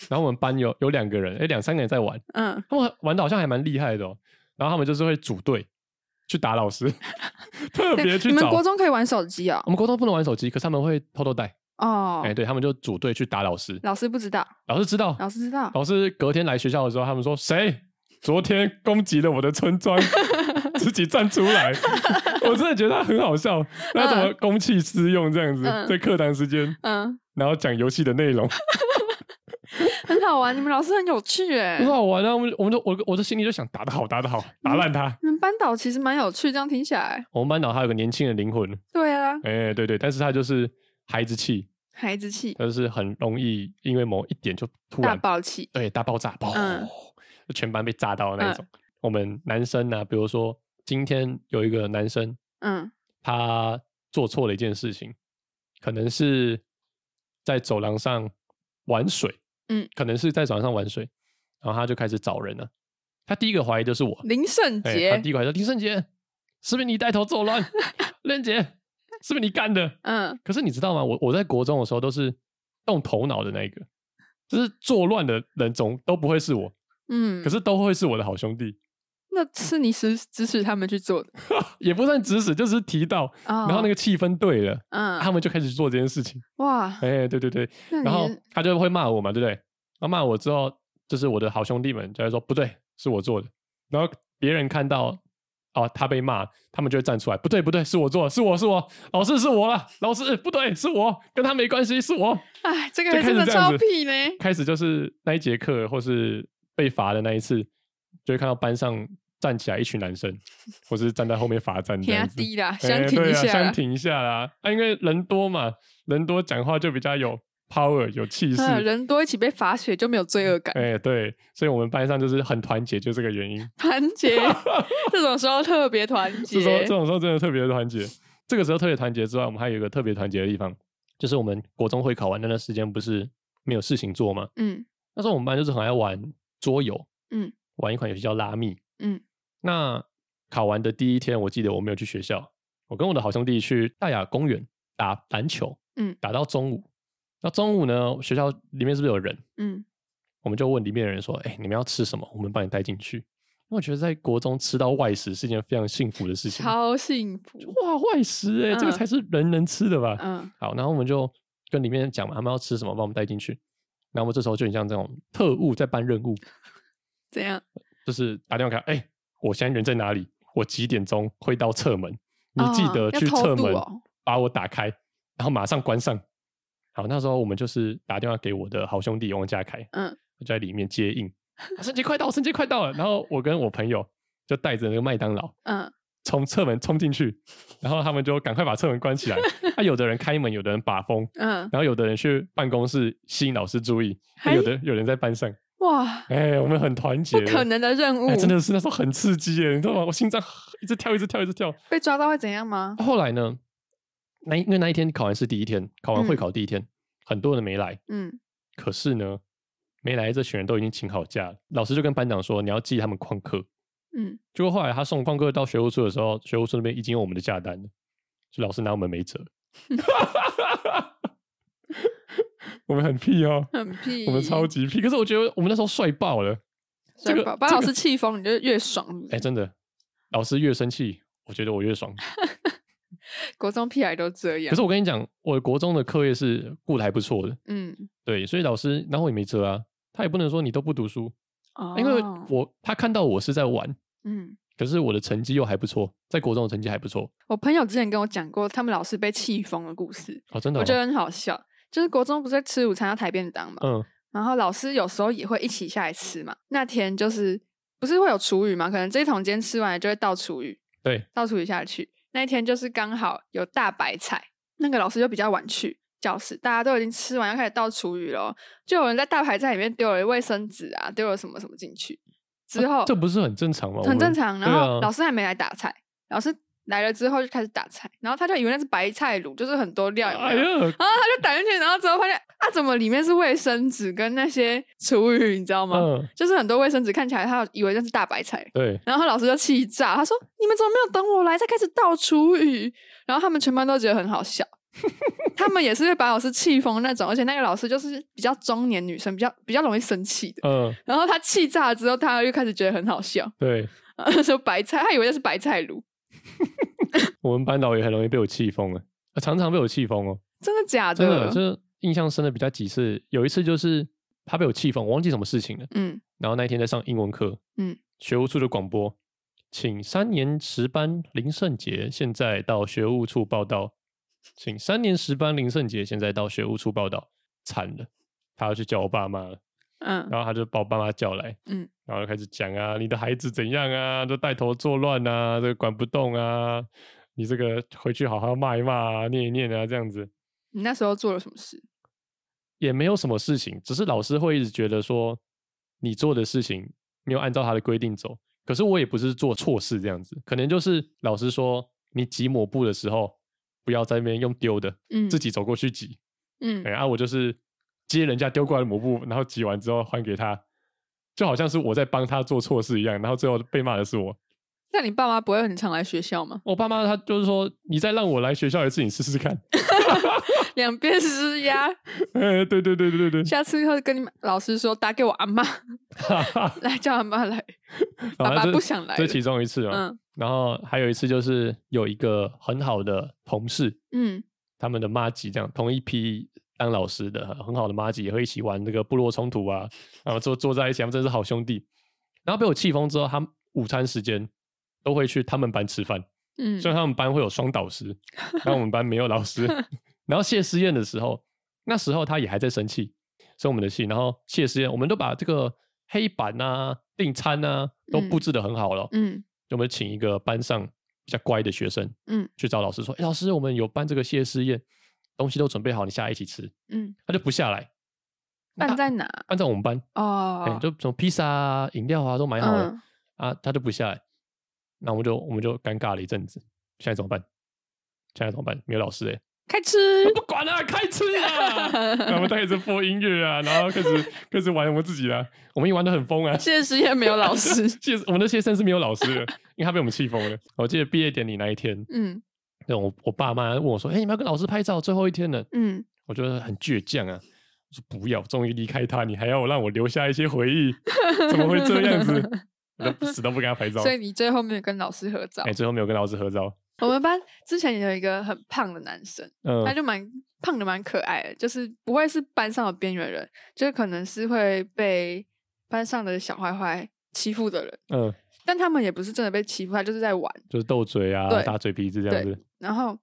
A: 然后我们班有有两个人，哎，两三个人在玩，
B: 嗯，
A: 他们玩的好像还蛮厉害的哦。然后他们就是会组队去打老师， 特别
B: 对
A: 去
B: 你们
A: 找
B: 国中可以玩手机哦
A: 我，们国中不能玩手机，可是他们会偷偷带，
B: 哦
A: 哎、，对他们就组队去打老师，
B: 老师不知道，
A: 老师知道，
B: 老师知道，
A: 老师隔天来学校的时候，他们说谁昨天攻击了我的村庄， 自己站出来， 我真的觉得他很好笑，他怎么公器私用这样子，
B: 嗯
A: 在课堂时间，
B: 嗯，
A: 然后讲游戏的内容，
B: 很好玩，你们老师很有趣诶
A: 很。好玩啊！我们我们就我我的心里就想打得好，打得好，打烂他。
B: 你们嗯班导其实蛮有趣，这样听起来，
A: 我们班导他有个年轻的灵魂，
B: 对啊，
A: 哎、对对，但是他就是孩子气，
B: 孩子气，
A: 他就是很容易因为某一点就突
B: 大
A: 然
B: 爆气，
A: 对，大爆炸，爆，
B: 嗯
A: 就全班被炸到的那一种。我们男生啊呢、比如说今天有一个男生，
B: 嗯
A: 他做错了一件事情，可能是在走廊上玩水，
B: 嗯，
A: 可能是在走廊上玩水，然后他就开始找人了。他第一个怀疑就是我，
B: 林圣
A: 哎
B: 杰
A: 他，第一个怀疑说林圣杰是不是你带头作 乱？任杰是不是你干的？
B: 嗯，
A: 可是你知道吗？我我在国中的时候都是动头脑的那一个，就是作乱的人总都不会是我，
B: 嗯，
A: 可是都会是我的好兄弟，
B: 那是你指指使他们去做的，
A: 也不算指使，就是提到，
B: 然
A: 然后那个气氛对了，他
B: 哦嗯，
A: 们就开始做这件事情。
B: 哇，
A: 哎，对对对，
B: 那
A: 然后
B: 你
A: 他就会骂我嘛，对不对？然后骂我之后，就是我的好兄弟们就会说不对，是我做的。然后别人看到哦，他被骂，他们就会站出来，不对不对，是我做的，是我是我，老师是我了，老师不对，是我，跟他没关系，是我。
B: 哎，这个
A: 就
B: 人
A: 开
B: 真
A: 始
B: 的
A: 这样子
B: 超屁呢，
A: 开始就是那一节课或是被罚的那一次，就会看到班上站起来一群男生，或是站在后面罚站这
B: 天啊
A: 样子。
B: 低啦，
A: 哎
B: 先停
A: 对
B: 一
A: 啊
B: 下
A: 相
B: 啦，
A: 挺一下啦。啊，因为人多嘛，人多讲话就比较有 power，有气势。
B: 嗯，人多一起被罚写就没有罪恶感，
A: 哎、对，所以我们班上就是很团结，就这个原因。
B: 团 结，这种时候特别团
A: 这时候这
B: 结，
A: 种时候真的特别团结。这个时候特别团结之外，我们还有一个特别团结的地方，就是我们国中会考完那段时间不是没有事情做吗？
B: 嗯
A: 那时候我们班就是很爱玩桌游，
B: 嗯，
A: 玩一款游戏叫拉密，
B: 嗯。
A: 那考完的第一天，我记得我没有去学校，我跟我的好兄弟去大雅公园打篮球，
B: 嗯
A: 打到中午。那中午呢，学校里面是不是有人？
B: 嗯，
A: 我们就问里面的人说：“哎、你们要吃什么？我们帮你带进去。”因为我觉得在国中吃到外食是一件非常幸福的事情。
B: 超幸福，
A: 哇，外食哎、这个
B: 嗯
A: 才是人能吃的吧？
B: 嗯
A: 好，然后我们就跟里面人讲嘛，他们要吃什么，帮我们带进去。然后我们这时候就很像这种特务在办任务，
B: 怎样？
A: 就是打电话给他，哎、我现在人在哪里？我几点钟会到侧门？你记
B: 哦
A: 得
B: 要
A: 去
B: 偷
A: 侧
B: 渡
A: 门
B: 哦
A: 把我打开，然后马上关上。好，那时候我们就是打电话给我的好兄弟王家凯，
B: 嗯
A: 我就在里面接应。啊圣杰快到，圣杰快到了！然后我跟我朋友就带着那个麦当劳
B: 嗯
A: 从侧门冲进去，然后他们就赶快把侧门关起来。啊，有的人开门，有的人把风，
B: 嗯，
A: 然后有的人去办公室吸引老师注意，啊
B: 哎
A: 有的有人在班上。
B: 哇，
A: 哎、我们很团结
B: 不
A: 的，
B: 可能的任务
A: 哎，，真的是那时候很刺激耶，你知道吗？我心脏一直跳，一直跳，一直跳。啊
B: 被抓到会怎样吗？
A: 后来呢，那因为那一天考完是第一天，考完会考第一天，很多人没来。
B: 嗯，
A: 可是呢，没来这群人都已经请好假了，老师就跟班长说你要记他们旷课。
B: 嗯，
A: 结果后来他送旷课到学务处的时候，学务处那边已经有我们的假单了，就老师拿我们没辙。我们很屁哦，
B: 很屁，
A: 我们超级屁。可是我觉得我们那时候帅爆了。这
B: 算
A: 个
B: 吧，把
A: 这
B: 老
A: 个
B: 师气疯，你就越爽。
A: 哎、真的，老师越生气，我觉得我越爽。
B: 国中屁孩都这样
A: 可，是我跟你讲，我国中的课业是过得还不错的，
B: 嗯，
A: 对，所以老师然后也没辙啊，他也不能说你都不读书，
B: 哦
A: 因为我他看到我是在玩，
B: 嗯，
A: 可是我的成绩又还不错，在国中的成绩还不错
B: 我朋友之前跟我讲过他们老师被气疯的故事，
A: 哦，真的、哦，
B: 我觉得很好笑。就是国中不是在吃午餐要抬便当嘛，
A: 嗯
B: 然后老师有时候也会一起下来吃嘛。那天就是不是会有厨余嘛？可能这一桶今天吃完了就会倒厨余，
A: 对，
B: 倒厨余下去。那一天就是刚好有大白菜，那个老师就比较晚去教室，大家都已经吃完要开始倒厨余了哦，就有人在大白菜里面丢了卫生纸啊，丢了什么什么进去。之后、
A: 啊这不是很正常吗？我
B: 很
A: 们
B: 正常。然后
A: 对
B: 老
A: 啊、
B: 师还没来打菜，老师来了之后就开始打菜，然后他就以为那是白菜卤，就是很多料有没有
A: 哎呀，
B: 然后他就打进去，然后之后发现啊，怎么里面是卫生纸跟那些厨余，你知道吗？
A: 嗯，
B: 就是很多卫生纸看起来他以为那是大白菜，
A: 对，
B: 然后老师就气炸，他说：“你们怎么没有等我来再开始倒厨余？”然后他们全班都觉得很 好笑，他们也是会把老师气疯那种，而且那个老师就是比较中年女生，比较比较容易生气的。
A: 嗯，
B: 然后他气炸了之后，他又开始觉得很好笑，
A: 对，
B: 然后说白菜，他以为那是白菜卤，
A: 我们班导也很容易被我气疯啊，啊常常被我气疯哦，
B: 真的假
A: 真的，
B: 的？
A: 就是印象深的比较几次，有一次就是他被我气疯，我忘记什么事情了。
B: 嗯
A: 然后那一天在上英文课，
B: 嗯，
A: 学务处的广播，请三年十班林圣杰现在到学务处报道，请三年十班林圣杰现在到学务处报道，惨了，他要去叫我爸妈了，
B: 嗯
A: 然后他就把我爸妈叫来，
B: 嗯，
A: 然后就开始讲啊，你的孩子怎样啊，都带头作乱啊，这个管不动啊，你这个回去好好骂一骂啊，念一念啊，这样子，
B: 你那时候做了什么事？
A: 也没有什么事情，只是老师会一直觉得说你做的事情没有按照他的规定走。可是我也不是做错事这样子，可能就是老师说你挤抹布的时候不要在那边用丢的，
B: 嗯，
A: 自己走过去挤。
B: 嗯
A: 哎、啊，我就是接人家丢过来的抹布，然后挤完之后还给他，就好像是我在帮他做错事一样。然后最后被骂的是我。
B: 那你爸妈不会很常来学校吗？
A: 我爸妈他就是说，你再让我来学校一次，你试试看。
B: 两边施压，
A: 哎，对对对对对对，
B: 下次会跟你们老师说打给我阿妈，
A: 哈哈
B: 来叫阿妈来，
A: 然
B: 爸
A: 后哦
B: 爸
A: 这
B: 不想来
A: 这
B: 了
A: 其中一次啊。
B: 嗯
A: 然后还有一次就是有一个很好的同事，
B: 嗯
A: 他们的妈吉这样同一批当老师的很好的妈吉也会一起玩这个部落冲突啊，然后坐坐在一起，他们真是好兄弟。然后被我气疯之后，他们午餐时间都会去他们班吃饭，
B: 嗯
A: 虽然他们班会有双导师，然后我们班没有老 师。然后谢师宴的时候，那时候他也还在生气，生我们的气。然后谢师宴，我们都把这个黑板啊、订餐啊都布
B: 嗯
A: 置的很好了。
B: 嗯
A: 我们请一个班上比较乖的学生，
B: 嗯，
A: 去找老师说：“哎、老师，我们有办这个谢师宴，东西都准备好，你下来一起吃。
B: 嗯，”
A: 他就不下来，
B: 办在哪？
A: 按照我们班，哎、
B: 哦，
A: 就从披萨啊、饮料啊都买好了、
B: 嗯
A: 啊，他就不下来，那我们就我们就尴尬了一阵子。现在怎么办？现在怎么办？没有老师哎、
B: 开吃
A: 我。不管了、开吃啊！ 然后我们开始播音乐啊，然后开始开始玩我们自己啦、我们也玩的很疯啊，
B: 现在实验没有老师。
A: 谢我们的谢生是没有老师的，因为他被我们气疯了。我记得毕业典礼那一天，
B: 嗯
A: 对我我爸妈问我说：“哎、你们要跟老师拍照，最后一天了。
B: 嗯，”
A: 我觉得很倔强啊，我说：“不要，终于离开他，你还要让我留下一些回忆，怎么会这样 子？”我就死都不跟他拍照。
B: 所以你最后没有跟老师合照
A: 哎、。最后没有跟老师合照。
B: 我们班之前有一个很胖的男生，
A: 嗯
B: 他就蛮胖的，蛮可爱的，就是不会是班上的边缘人，就是可能是会被班上的小坏坏欺负的人。
A: 嗯，
B: 但他们也不是真的被欺负，他就是在玩。
A: 就是斗嘴啊，
B: 对
A: 打嘴皮子这样
B: 对
A: 子。
B: 然后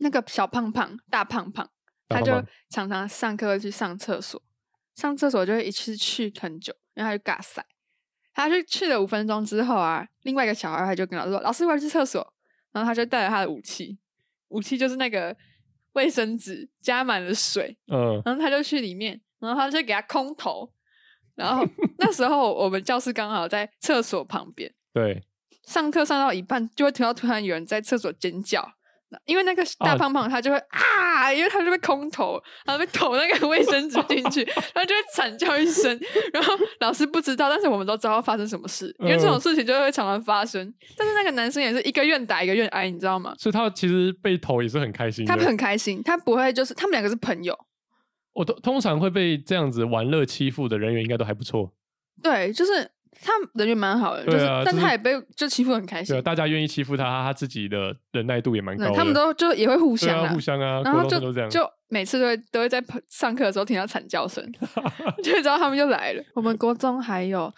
B: 那个小胖胖、大胖胖，
A: 大
B: 他
A: 胖
B: 就
A: 胖
B: 常常上课会去上厕所，上厕所就会一次去很久，然后他就尬塞。他就去了五分钟之后啊，另外一个小孩他就跟老师说：“老师，我要去厕所。”然后他就带了他的武器，武器就是那个卫生纸加满了水，
A: 嗯，
B: 然后他就去里面，然后他就给他空投。然后那时候我们教室刚好在厕所旁边，
A: 对，
B: 上课上到一半，就会听到突然有人在厕所尖叫，那因为那个大
A: 啊
B: 胖胖他就会啊，因为他就被空投，然后被投那个 卫生纸进去，然后就会惨叫一声。然后老师不知道，但是我们都知道发生什么事，因为这种
A: 嗯
B: 事情就会常常发生。但是那个男生也是一个愿打一个愿挨，你知道吗？
A: 所以他其实被投也是很开心的。
B: 他很开心，他不会就是他们两个是朋友，
A: 我通通常会被这样子玩乐欺负的人员，应该都还不错。
B: 对，就是他人缘蛮好的，就是
A: 对啊
B: 但
A: 就是
B: 他也被就欺负得很开
A: 对
B: 心
A: 啊，，大家愿意欺负他，他自己的忍耐度也蛮高
B: 对，
A: 的。
B: 他们都就也会互
A: 对
B: 相
A: 啊，
B: 啦
A: 互相啊，
B: 然
A: 国
B: 后
A: 中
B: 就
A: 生都这样。
B: 就每次都会都会在旁上课的时候听到惨 叫声，就会知道他们就来了。我们国中还有，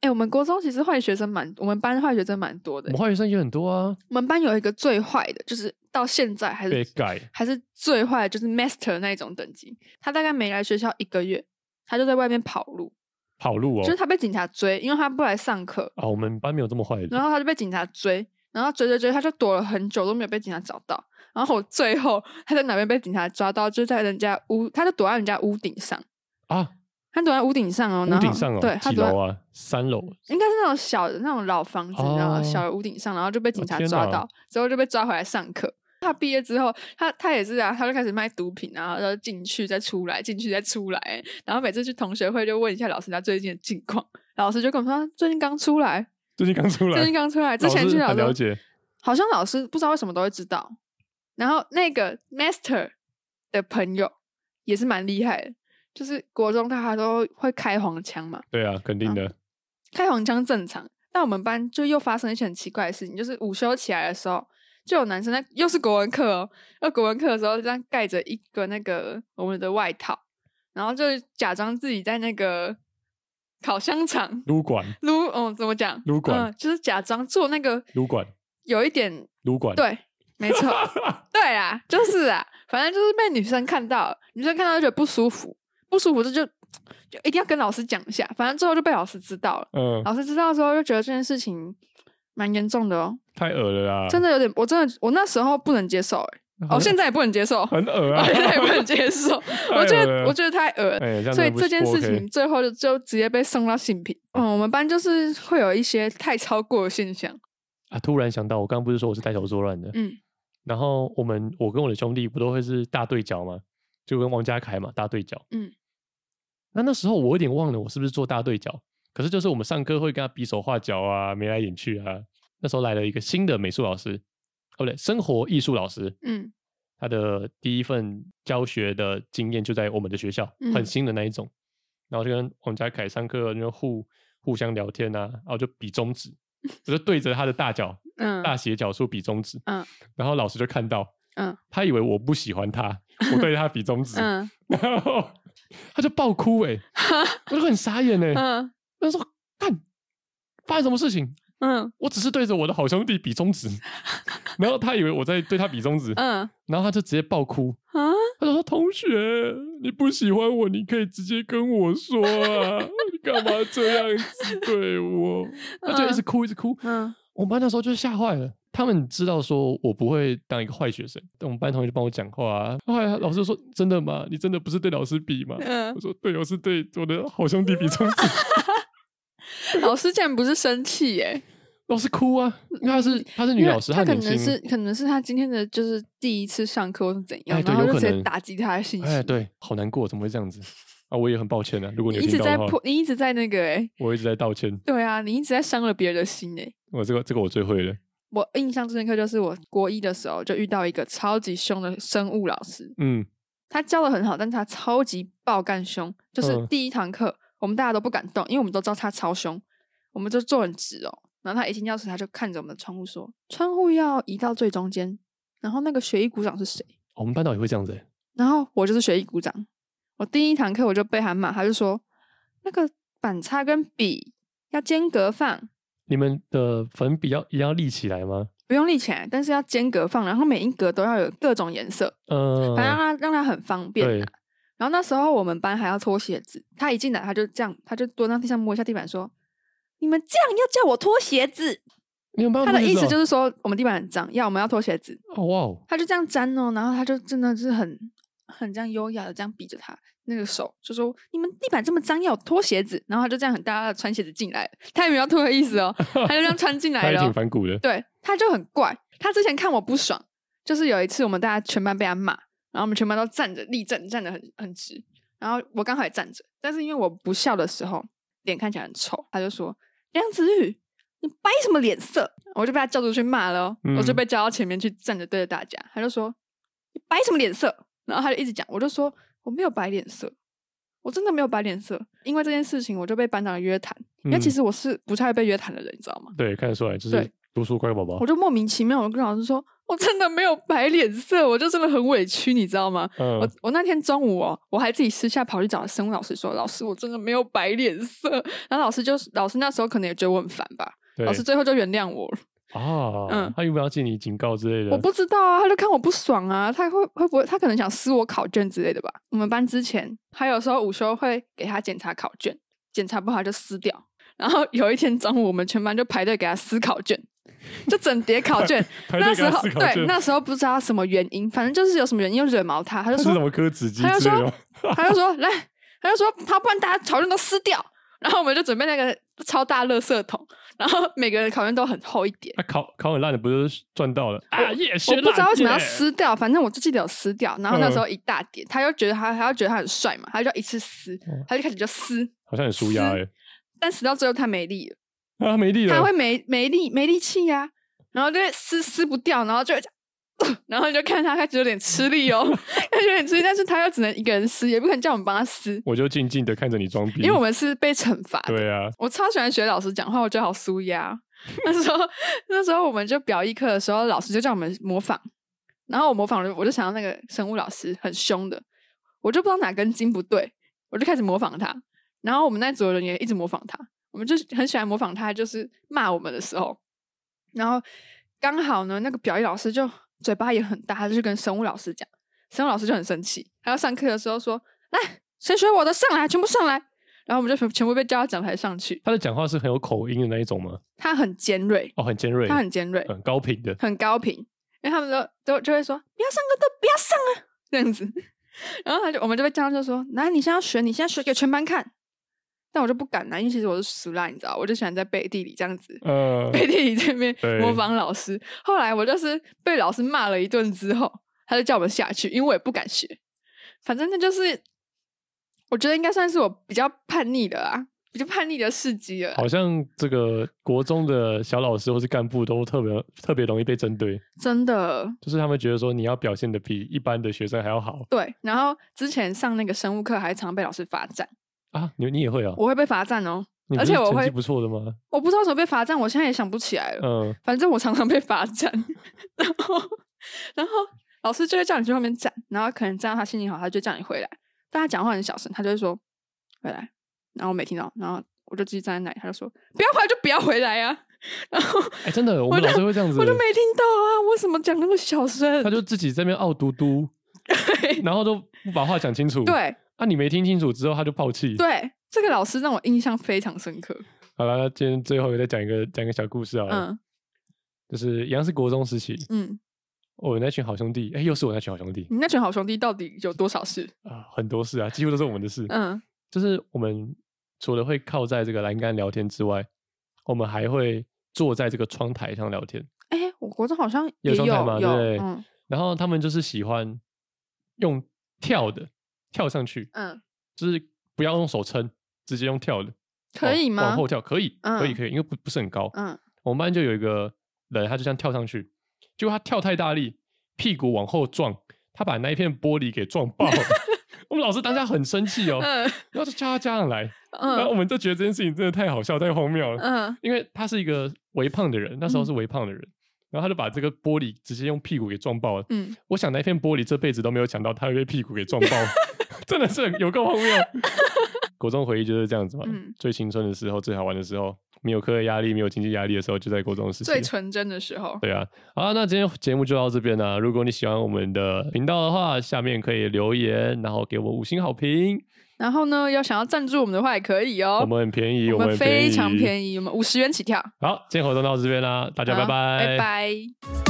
B: 哎、我们国中其实坏学生蛮，我们班坏学生蛮多的
A: 我们。化学生也很多啊，
B: 我们班有一个最坏的，就是到现在 还
A: 被
B: 是
A: 改。
B: 还是最坏的，就是 master 那一种等级。他大概没来学校一个月，他就在外面跑路，
A: 跑路哦，
B: 就是他被警察追，因为他不来上课，
A: 啊，我们班没有这么坏
B: 然
A: 的，
B: 后他就被警察追，然后追追追，他就躲了很久都没有被警察找到。然后我最后他在哪边被警察抓到，就在人家屋，他就躲在人家屋顶上，
A: 啊，
B: 他躲在屋顶上哦，
A: 屋
B: 然
A: 顶
B: 后
A: 上哦，
B: 对，他
A: 几
B: 躲在
A: 楼啊？三楼，
B: 应该是那种小的那种老房子，然后
A: 哦
B: 小的屋顶上，然后就被警察
A: 天
B: 抓
A: 哪
B: 到，之后就被抓回来上课。他毕业之后，他他也是啊，他就开始卖毒品啊，然后进去再出来，进去再出来，然后每次去同学会就问一下老师他最近的近况，老师就跟我说他啊最近刚出来，
A: 最近刚出来，
B: 最近刚出来，之前去
A: 老师很
B: 师
A: 了解，
B: 好像老师不知道为什么都会知道。然后那个 master 的朋友也是蛮厉害的，就是国中大家都会开黄腔嘛，
A: 对啊，肯定的，
B: 开黄腔正常。但我们班就又发生一件很奇怪的事情，就是午休起来的时候，就有男生在又是国文课哦，那国文课的时候，这样盖着一个那个我们的外套，然后就假装自己在那个烤香肠
A: 撸管，
B: 撸，哦，怎么讲？
A: 撸管
B: 嗯，就是假装做那个
A: 撸管，
B: 有一点
A: 撸管，，
B: 对，没错，对啊，就是啊，反正就是被女生看到了，女生看到就觉得不舒服，不舒服这就就一定要跟老师讲一下，反正最后就被老师知道了，
A: 嗯，
B: 老师知道之后就觉得这件事情蛮严重的哦，
A: 太恶了啦，
B: 真的有点，我真的我那时候不能接受、欸，
A: 很
B: 哦，现在也不能接受，我
A: 很恶啊，
B: 现在也不能 接受，
A: 哎
B: 我
A: 太
B: 觉
A: 恶
B: 得
A: 了
B: 我觉得太恶了。
A: 哎，样
B: 所以
A: 真的不
B: 这件
A: 不
B: 事
A: OK
B: 情最后就就直接被送到性平。嗯，我们班就是会有一些太超过的现象。
A: 啊，突然想到，我刚刚不是说我是带头作乱的，
B: 嗯，
A: 然后我们我跟我的兄弟不都会是大对角吗？就跟王家凯嘛，大对角。
B: 嗯，
A: 那那时候我有点忘了我是不是做大对角，可是就是我们上课会跟他比手画脚啊，眉来眼去啊。那时候来了一个新的美术老师，哦不对，生活艺术老师，
B: 嗯
A: 他的第一份教学的经验就在我们的学校，
B: 嗯
A: 很新的那一种。然后就跟王家凯上课就互互相聊天啊，然后就比中 指，我就对着他的大脚
B: 嗯，
A: 大斜角处比中指，
B: 嗯
A: 然后老师就看到，
B: 嗯，
A: 他以为我不喜欢他，我对他比中指，
B: 嗯
A: 然后他就爆哭、 欸，我就很傻眼哎、欸，
B: 嗯
A: 他说看发生什么事情，
B: 嗯
A: 我只是对着我的好兄弟比中指， 然后他以为我在对他比中指，
B: 嗯
A: 然后他就直接爆哭，
B: 啊，
A: 他就说同学你不喜欢我，你可以直接跟我说啊，你干嘛这样子对我？ 他就一直哭一直哭，
B: 嗯
A: 我们班那时候就是吓坏了，他们知道说我不会当一个坏学生，但我们班同学就帮我讲话、啊。后来老师就说：“真的吗？你真的不是对老师比吗？”
B: 嗯
A: 我，说：“对，我是对我的好兄弟比中指。
B: 老师竟然不是生气耶，”
A: 老师哭啊，因为她是她是
B: 嗯因
A: 女
B: 为
A: 老师，她
B: 他可
A: 很
B: 能
A: 年
B: 是
A: 轻。
B: 可能是他今天的就是第一次上课或是怎样，
A: 哎对
B: 然后
A: 有
B: 就
A: 可
B: 直接
A: 能
B: 打击他的信
A: 哎，
B: 心。
A: 对，好难过，怎么会这样子啊？我也很抱歉啊，如果
B: 你
A: 你有
B: 一直
A: 听到
B: 在
A: 的话
B: 破，，你一直在那个哎，
A: 我一直在道歉。
B: 对啊，你一直在伤了别人的心哎。
A: 我这个这个我最会了，
B: 我印象最深刻就是我国一的时候就遇到一个超级凶的生物老师，
A: 嗯，
B: 他教的很好，但是他超级爆干凶。就是
A: 嗯
B: 第一堂课，我们大家都不敢动，因为我们都知道他超凶，我们就坐很直哦。然后他一进教室，他就看着我们的窗户说：“窗户要移到最中间。”然后那个学艺股长是谁？
A: 我们班导也会这样子、欸。
B: 然后我就是学艺股长。我第一堂课我就被他骂，他就说：“那个板擦跟笔要间隔放，
A: 你们的粉笔要一定要立起来吗？
B: 不用立起来，但是要间隔放，然后每一格都要有各种颜色，
A: 嗯、
B: 反正让它让它很方便、啊。
A: 对，
B: 然后那时候我们班还要脱鞋子，他一进来他就这样，他就蹲到地上摸一下地板说：“你们这样要叫我脱鞋子。”
A: 你们班
B: 他的意思
A: 是。
B: 就是说我们地板很脏，要我们要脱鞋子。
A: 哦哇哦，
B: 他就这样粘哦，然后他就真的是很很这样优雅的这样比着他那个手，就说：“你们地板这么脏，要我脱鞋子。”然后他就这样很大大的穿鞋子进来，他也没有要脱的意思哦，他就这样穿进
A: 他
B: 来
A: 也
B: 了
A: 挺
B: 哦。
A: 反骨的。
B: 对，他就很怪。他之前看我不爽，就是有一次我们大家全班被他骂，然后我们全班都站着立正，站得很很直。然后我刚好也站着，但是因为我不笑的时候脸看起来很丑，他就说：“梁子玉，你摆什么脸色？”我就被他叫出去骂了哦、我就
A: 嗯
B: 被叫到前面去站着对着大家，他就说：“你摆什么脸色？”然后他就一直讲，我就说：“我没有摆脸色。”我真的没有摆脸色，因为这件事情我就被班长约谈。因为其
A: 嗯
B: 实我是不太会被约谈的人，你知道吗？
A: 对，看得出来，就
B: 对
A: 是读书乖宝宝
B: 我。就莫名其妙，我跟老师说，我真的没有摆脸色，我就真的很委屈，你知道吗？
A: 嗯
B: 我我那天中午哦，我还自己私下跑去找生物老师说，老师我真的没有摆脸色，然后老师就是老师那时候可能也觉得我很烦吧，
A: 对
B: 老师最后就原谅我了。
A: 啊，
B: 嗯
A: 他有没有要记你警告之类的？。
B: 我不知道啊，他就看我不爽啊，他会会不会他可能想撕我考卷之类的吧？我们班之前还有时候午休会给他检查考卷，检查不好就撕掉。然后有一天中午，我们全班就排队给他撕考卷，就整叠考卷
A: 排队
B: 那
A: 给
B: 时
A: 他
B: 候
A: 撕考
B: 对，
A: 卷
B: 那时候不知道什么原因，反正就是有什么原因又惹毛他，他就
A: 他是
B: 说
A: 什么科子机
B: 他就
A: 之类的
B: 说
A: 吗？
B: 他就说来，他就说他不然大家讨论都撕掉，然后我们就准备那个超大垃圾桶，然后每个人考卷都很厚一点。
A: 那考考很烂的不就是赚到了啊？也是
B: 我不知道为什么要
A: 撕。
B: 撕掉，反正我就记得有撕掉。然后
A: 嗯
B: 那时候一大点，他就觉得他，他就觉得他很帅嘛，他就一次撕
A: 嗯，
B: 他就开始就撕，
A: 好像很舒压哎
B: 撕，但撕到最后他没力了，
A: 啊没力了，
B: 他会没没力没力气呀、然后就会撕撕不掉，然后就会这样呃然后你就看他开始有点吃力哦， 开始有点吃力，但是他又只能一个人撕，也不可能叫我们帮他撕，
A: 我就静静的看着你装逼，
B: 因为我们是被惩罚的。
A: 对啊，
B: 我超喜欢学老师讲话，我觉得好舒压。啊 那时候，那时候我们就表演课的时候，老师就叫我们模仿，然后我模仿了，我就想到那个生物老师很凶的，我就不知道哪根筋不对，我就开始模仿他。然后我们那组的人也一直模仿他，我们就很喜欢模仿他，就是骂我们的时候。然后刚好呢，那个表演老师就嘴巴也很大，他就去跟生物老师讲，生物老师就很生气，他要上课的时候说：“来，谁学我的上来，全部上来。”然后我们就全全部被叫到讲台上去。
A: 他的讲话是很有口音的那一种吗？
B: 他很尖锐，
A: 哦，很尖锐，
B: 他很尖锐，
A: 很高频的，
B: 很高频，因为他们都都就会说不要上课都不要上啊这样子，然后他就我们就被叫上就说来你现在要学，你现在学给全班看，但我就不敢啦，因为其实我是俗烂，你知道，我就喜欢在背地里这样子。
A: 呃，
B: 背地里这边
A: 对
B: 模仿老师，后来我就是被老师骂了一顿之后，他就叫我们下去，因为我也不敢学。反正那就是，我觉得应该算是我比较叛逆的啊，比较叛逆的事迹了啊。
A: 好像这个国中的小老师或是干部都特别特别容易被针对，
B: 真的，
A: 就是他们觉得说你要表现的比一般的学生还要好
B: 对，然后之前上那个生物课还常被老师罚站，
A: 啊，你你也会啊？
B: 我会被罚站哦。
A: 你不
B: 而
A: 是
B: 且我
A: 成绩
B: 会
A: 不错的 吗？
B: 我不知道怎么被罚站，我现在也想不起来了。
A: 嗯，
B: 反正我常常被罚站， 然后然后老师就会叫你去后面站，然后可能站到他心情好，他就叫你回来。但他讲话很小声，他就会说回来，然后我没听到，然后我就继续站在那里，他就说不要回来就不要回来啊。然后
A: 哎，真的，我们
B: 就
A: 老师会这样子，
B: 我就没听到啊，我怎么讲那么小声
A: 他？就自己在那边傲嘟嘟，然后都不把话讲清楚。，
B: 对
A: 啊，你没听清楚之后他就爆气。，
B: 对，这个老师让我印象非常深刻。
A: 好了，那今天最后再讲一个讲一个小故事啊，
B: 嗯
A: 就是一样是国中时期，
B: 嗯，
A: 我那群好兄弟，哎，又是我那群好兄弟
B: 你那群好兄弟到底有多少事？
A: 啊，很多事啊，几乎都是我们的事。
B: 嗯，
A: 就是我们除了会靠在这个栏杆聊天之外，我们还会坐在这个窗台上聊天。
B: 哎、我国中好像也
A: 有
B: 有
A: 窗台嘛，对不对？
B: 嗯
A: 然后他们就是喜欢用跳的跳上去，
B: 嗯，
A: 就是不要用手撑，直接用跳的，
B: 可
A: 往
B: 以吗
A: 往？后跳可以，可以，
B: 嗯
A: 可以，因为不不是很高。
B: 嗯，
A: 我们班就有一个人，他就这样跳上去，结果他跳太大力，屁股往后撞，他把那一片玻璃给撞 爆了我们老师当下很生气哦，
B: 嗯
A: 然后就叫他家长来， 然后我
B: 嗯
A: 们就觉得这件事情真的太好笑、太荒谬了，
B: 嗯，
A: 因为他是一个微胖的人，那时候是微胖的人，然后他就把这个玻璃直接用屁股给撞爆了。
B: 嗯，
A: 我想那片玻璃这辈子都没有想到他会被屁股给撞爆，真的是有够荒谬。国中回忆就是这样子嘛，
B: 嗯
A: 最青春的时候、最好玩的时候，没有课业压力、没有经济压力的时候，就在国中的时期
B: 最。纯真的时候，
A: 对啊，好啊，那今天节目就到这边啦、如果你喜欢我们的频道的话，下面可以留言，然后给我五星好评，
B: 然后呢，要想要赞助我们的话也可以哦，
A: 我们很便宜，
B: 我
A: 们
B: 们非常
A: 宜
B: 便宜，我们五十元起跳。
A: 好，今天活动到这边啦，大家拜
B: 好
A: 拜，
B: 拜拜。